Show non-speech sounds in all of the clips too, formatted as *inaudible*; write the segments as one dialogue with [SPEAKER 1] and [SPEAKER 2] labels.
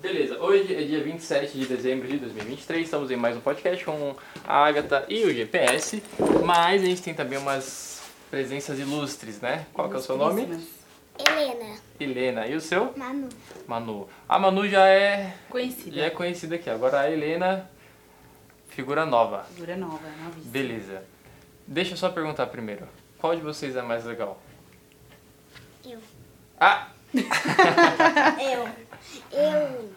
[SPEAKER 1] Beleza, hoje é dia 27 de dezembro de 2023, estamos em mais um podcast com a Agatha e o GPS, mas a gente tem também umas presenças ilustres, né? Qual que é o seu nome?
[SPEAKER 2] Helena,
[SPEAKER 1] Helena. E o seu?
[SPEAKER 2] Manu,
[SPEAKER 1] Manu. A Manu já é, já
[SPEAKER 3] Conhecida.
[SPEAKER 1] é conhecida aqui, agora a Helena, figura nova.
[SPEAKER 3] Figura nova, novíssima.
[SPEAKER 1] Beleza. Deixa eu só perguntar primeiro, qual de vocês é mais legal?
[SPEAKER 2] eu.
[SPEAKER 1] Ah,
[SPEAKER 2] Eu. Eu.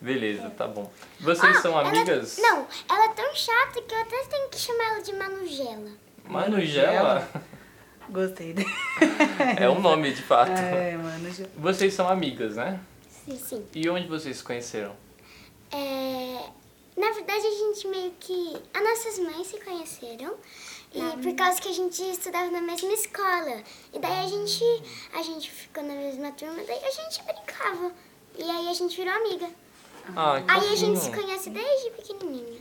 [SPEAKER 1] beleza, tá bom. Vocês são
[SPEAKER 2] Ah, Ela-
[SPEAKER 1] amigas?
[SPEAKER 2] não, ela é tão chata que eu até tenho que chamar ela de Manugela.
[SPEAKER 1] Manugela *laughs*
[SPEAKER 3] Gostei. dele.
[SPEAKER 1] é um nome de fato.
[SPEAKER 3] Ai, mano. já-
[SPEAKER 1] Vocês são amigas, né?
[SPEAKER 2] Sim, sim.
[SPEAKER 1] E onde vocês se conheceram?
[SPEAKER 2] É, na verdade, a gente meio que. As nossas mães se conheceram. E por causa que a gente estudava na mesma escola. E daí a gente, a gente ficou na mesma turma, daí a gente brincava. E aí a gente virou amiga.
[SPEAKER 1] Ah, que
[SPEAKER 2] Aí a gente se
[SPEAKER 1] fofinho.
[SPEAKER 2] conhece desde pequenininha.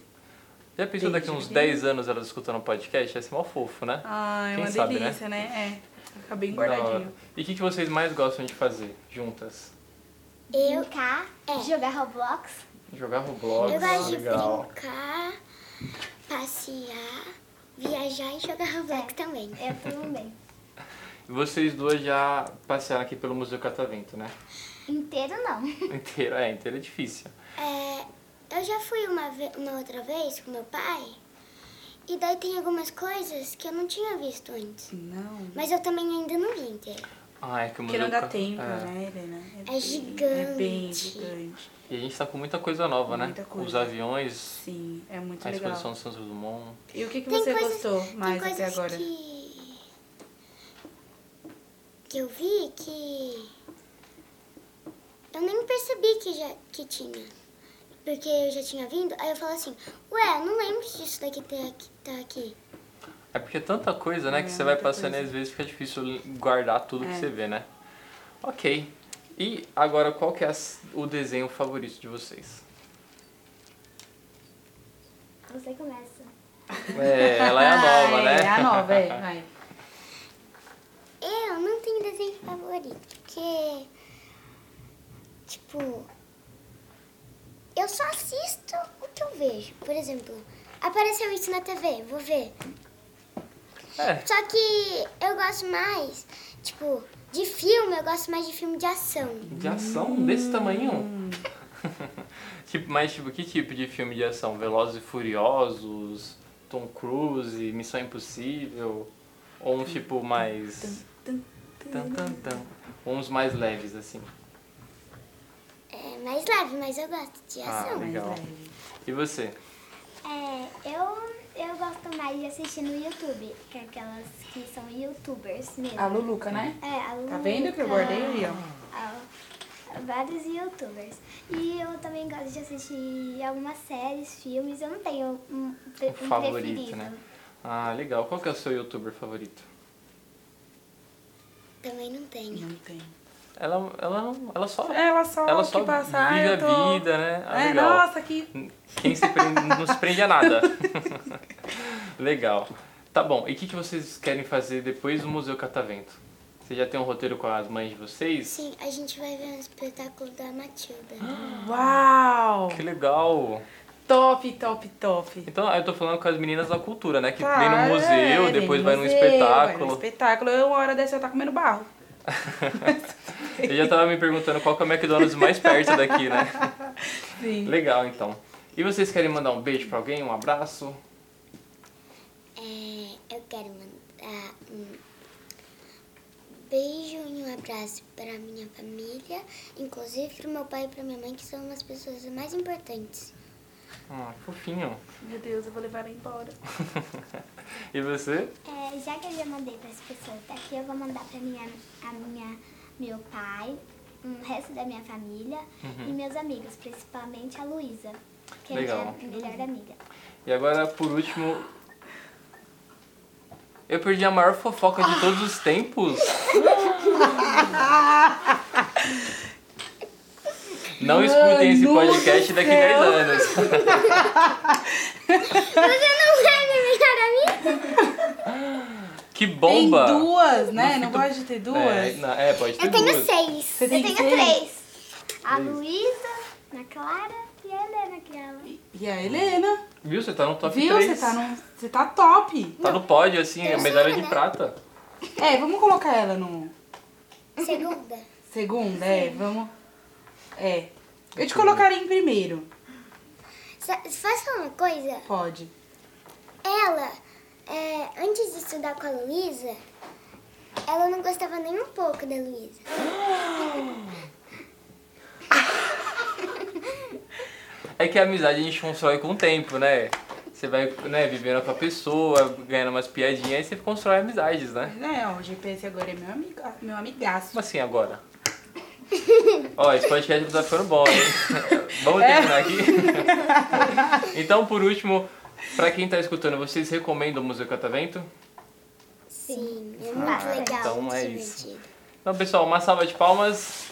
[SPEAKER 1] Já pensou daqui uns
[SPEAKER 3] Desde
[SPEAKER 1] 10 anos elas escutando o podcast? Ia ser mó fofo, né?
[SPEAKER 2] Ah,
[SPEAKER 3] Ai,
[SPEAKER 1] Quem
[SPEAKER 3] uma
[SPEAKER 1] sabe,
[SPEAKER 3] delícia, né? É. Fica bem
[SPEAKER 1] Da hora.
[SPEAKER 3] guardadinho.
[SPEAKER 1] E o que, que vocês mais gostam de fazer juntas?
[SPEAKER 2] Eu. É. Brincar. Jogar Roblox.
[SPEAKER 1] Jogar Roblox,
[SPEAKER 2] Eu gosto de
[SPEAKER 1] legal.
[SPEAKER 2] brincar, passear, viajar e jogar Roblox também. É, Eu também.
[SPEAKER 1] E vocês duas já passearam aqui pelo Museu Catavento, né? *laughs*
[SPEAKER 2] Inteiro não.
[SPEAKER 1] Inteiro, é, inteiro é difícil.
[SPEAKER 2] É, eu já fui uma, ve- uma outra vez com meu pai e daí tem algumas coisas que eu não tinha visto antes.
[SPEAKER 3] Não.
[SPEAKER 2] Mas eu também ainda não vi inteiro.
[SPEAKER 1] Ah, é que o
[SPEAKER 3] Porque
[SPEAKER 1] Museu
[SPEAKER 3] não dá
[SPEAKER 1] Ca-
[SPEAKER 3] tempo,
[SPEAKER 1] é.
[SPEAKER 3] né, Helena?
[SPEAKER 2] É gigante.
[SPEAKER 3] É bem gigante.
[SPEAKER 1] E a gente tá com muita coisa nova, né?
[SPEAKER 3] Muita coisa.
[SPEAKER 1] Os aviões,
[SPEAKER 3] Sim, é muito
[SPEAKER 1] a
[SPEAKER 3] legal.
[SPEAKER 1] exposição do Santos Dumont.
[SPEAKER 3] E o que, que
[SPEAKER 2] Tem
[SPEAKER 3] você
[SPEAKER 2] coisas-
[SPEAKER 3] gostou mais
[SPEAKER 2] tem
[SPEAKER 3] até
[SPEAKER 2] coisas
[SPEAKER 3] agora?
[SPEAKER 2] Que... que eu vi que eu nem percebi que já que tinha. Porque eu já tinha vindo, aí eu falo assim, ué, eu não lembro disso daqui ter aqui, tá aqui.
[SPEAKER 1] É porque é tanta coisa, né,
[SPEAKER 3] É,
[SPEAKER 1] que você vai
[SPEAKER 3] muita
[SPEAKER 1] passando e
[SPEAKER 3] coisa.
[SPEAKER 1] às vezes fica difícil guardar tudo que
[SPEAKER 3] É.
[SPEAKER 1] você vê, né? Ok. E agora, qual que é as- o desenho favorito de vocês?
[SPEAKER 2] Você começa.
[SPEAKER 1] É, ela é
[SPEAKER 3] *laughs*
[SPEAKER 1] a nova,
[SPEAKER 3] Ai,
[SPEAKER 1] né?
[SPEAKER 3] É a
[SPEAKER 1] *laughs*
[SPEAKER 3] nova, é. Vai.
[SPEAKER 2] Eu não tenho desenho favorito, porque tipo eu só assisto o que eu vejo. Por exemplo, apareceu isso na TV, vou ver.
[SPEAKER 1] É,
[SPEAKER 2] Só que eu gosto mais, tipo, de filme, eu gosto mais de filme de ação.
[SPEAKER 1] de ação desse tamanho?
[SPEAKER 3] Hum.
[SPEAKER 1] *laughs* tipo, mas tipo, que tipo de filme de ação? Velozes e Furiosos, Tom Cruise, Missão Impossível? Ou um tipo mais...
[SPEAKER 3] Tum, tum,
[SPEAKER 1] Tan, tan, tan. Ou uns mais leves, assim.
[SPEAKER 2] É mais leve, mas eu gosto de
[SPEAKER 1] Ah,
[SPEAKER 2] ação.
[SPEAKER 3] Mais
[SPEAKER 1] Legal.
[SPEAKER 3] leve.
[SPEAKER 1] E você?
[SPEAKER 2] É, eu, eu gosto mais de assistir no YouTube, que é aquelas que são youtubers mesmo.
[SPEAKER 3] A Luluca, né?
[SPEAKER 2] É, a
[SPEAKER 3] Tá vendo que eu guardei aí, ó?
[SPEAKER 2] vários youtubers. E eu também gosto de assistir algumas séries, filmes. Eu não tenho um,
[SPEAKER 1] um favorito, né? Ah, legal. Qual que é o seu youtuber favorito?
[SPEAKER 2] Também não tenho.
[SPEAKER 3] Não tem.
[SPEAKER 1] Ela, ela, ela só,
[SPEAKER 3] Ela só,
[SPEAKER 1] ela só
[SPEAKER 3] É que passa, ai,
[SPEAKER 1] vive
[SPEAKER 3] eu tô-
[SPEAKER 1] a vida, né? Ah,
[SPEAKER 3] é,
[SPEAKER 1] legal.
[SPEAKER 3] nossa, que
[SPEAKER 1] Quem se prende, não se prende a
[SPEAKER 3] *laughs*
[SPEAKER 1] nada. legal. Tá bom, e o que, que vocês querem fazer depois do Museu Catavento? Você já tem um roteiro com as mães de vocês?
[SPEAKER 2] Sim, a gente vai ver um espetáculo da Matilda.
[SPEAKER 3] Uau!
[SPEAKER 1] Que legal!
[SPEAKER 3] Top, top, top.
[SPEAKER 1] Então, eu tô falando com as meninas da cultura, né? Que vem
[SPEAKER 3] Claro,
[SPEAKER 1] no museu,
[SPEAKER 3] Tá, é,
[SPEAKER 1] depois
[SPEAKER 3] vem no
[SPEAKER 1] vai num
[SPEAKER 3] museu, Vai num
[SPEAKER 1] espetáculo.
[SPEAKER 3] espetáculo. Eu, uma hora dessa, eu tá comendo barro.
[SPEAKER 1] *laughs* Eu já tava me perguntando qual que é o McDonald's mais perto daqui, né?
[SPEAKER 3] Sim.
[SPEAKER 1] Legal, então. E vocês querem mandar um beijo pra alguém, um abraço?
[SPEAKER 2] É, eu quero mandar um beijo e um abraço para minha família, inclusive para meu pai e para minha mãe, que são as pessoas mais importantes.
[SPEAKER 1] Ah, fofinho.
[SPEAKER 3] Meu Deus, eu vou levar ela embora.
[SPEAKER 1] E você?
[SPEAKER 2] É, já que eu já mandei para as pessoas daqui, tá eu vou mandar para minha, a minha, meu pai, o resto da minha família
[SPEAKER 3] Uhum.
[SPEAKER 2] e meus amigos, principalmente a Luísa, que
[SPEAKER 1] Legal.
[SPEAKER 2] é minha
[SPEAKER 3] Uhum.
[SPEAKER 2] melhor amiga.
[SPEAKER 1] E agora, por último. Eu perdi a maior fofoca de todos os tempos. Não escutem esse
[SPEAKER 3] Mano
[SPEAKER 1] podcast daqui a 10 anos.
[SPEAKER 2] não é minha melhor amiga?
[SPEAKER 1] Que
[SPEAKER 3] Tem
[SPEAKER 1] bomba!
[SPEAKER 3] duas, né?
[SPEAKER 1] No
[SPEAKER 3] Não
[SPEAKER 1] fim do-
[SPEAKER 3] pode ter duas?
[SPEAKER 1] É, na- é, pode ter
[SPEAKER 2] Eu tenho
[SPEAKER 1] duas.
[SPEAKER 2] seis.
[SPEAKER 3] Você tem
[SPEAKER 4] eu tenho
[SPEAKER 3] seis?
[SPEAKER 4] três.
[SPEAKER 2] A
[SPEAKER 1] Três.
[SPEAKER 2] Luísa, a Clara e a Helena, que é ela.
[SPEAKER 3] E a Helena?
[SPEAKER 1] Viu? Você tá no top
[SPEAKER 3] Viu?
[SPEAKER 1] 3.
[SPEAKER 3] Você tá, no... você tá top.
[SPEAKER 1] Tá no pódio, assim,
[SPEAKER 2] Terceira,
[SPEAKER 1] medalha de
[SPEAKER 2] né?
[SPEAKER 1] prata.
[SPEAKER 3] É, vamos colocar ela no
[SPEAKER 2] Segunda.
[SPEAKER 3] segundo, é, vamos. É. Eu te colocaria em primeiro,
[SPEAKER 2] Sa- Faça uma coisa.
[SPEAKER 3] pode.
[SPEAKER 2] Ela, é, antes de estudar com a Luísa, ela não gostava nem um pouco da Luísa.
[SPEAKER 1] É que a amizade a gente constrói com o tempo, né? Você vai né, vivendo com a pessoa, ganhando umas piadinhas, aí você constrói amizades, né?
[SPEAKER 3] É, o GPS agora é meu, amiga... meu amigaço.
[SPEAKER 1] Como assim agora? Ó, esse podcast tá ficando bom, hein? Vamos terminar aqui? *laughs* então, por último, pra quem tá escutando, vocês recomendam tá o Museu Catavento?
[SPEAKER 2] Sim, é
[SPEAKER 1] Ah,
[SPEAKER 2] muito legal.
[SPEAKER 1] então
[SPEAKER 2] muito
[SPEAKER 1] é isso.
[SPEAKER 2] divertido.
[SPEAKER 1] Então, pessoal, uma salva de palmas.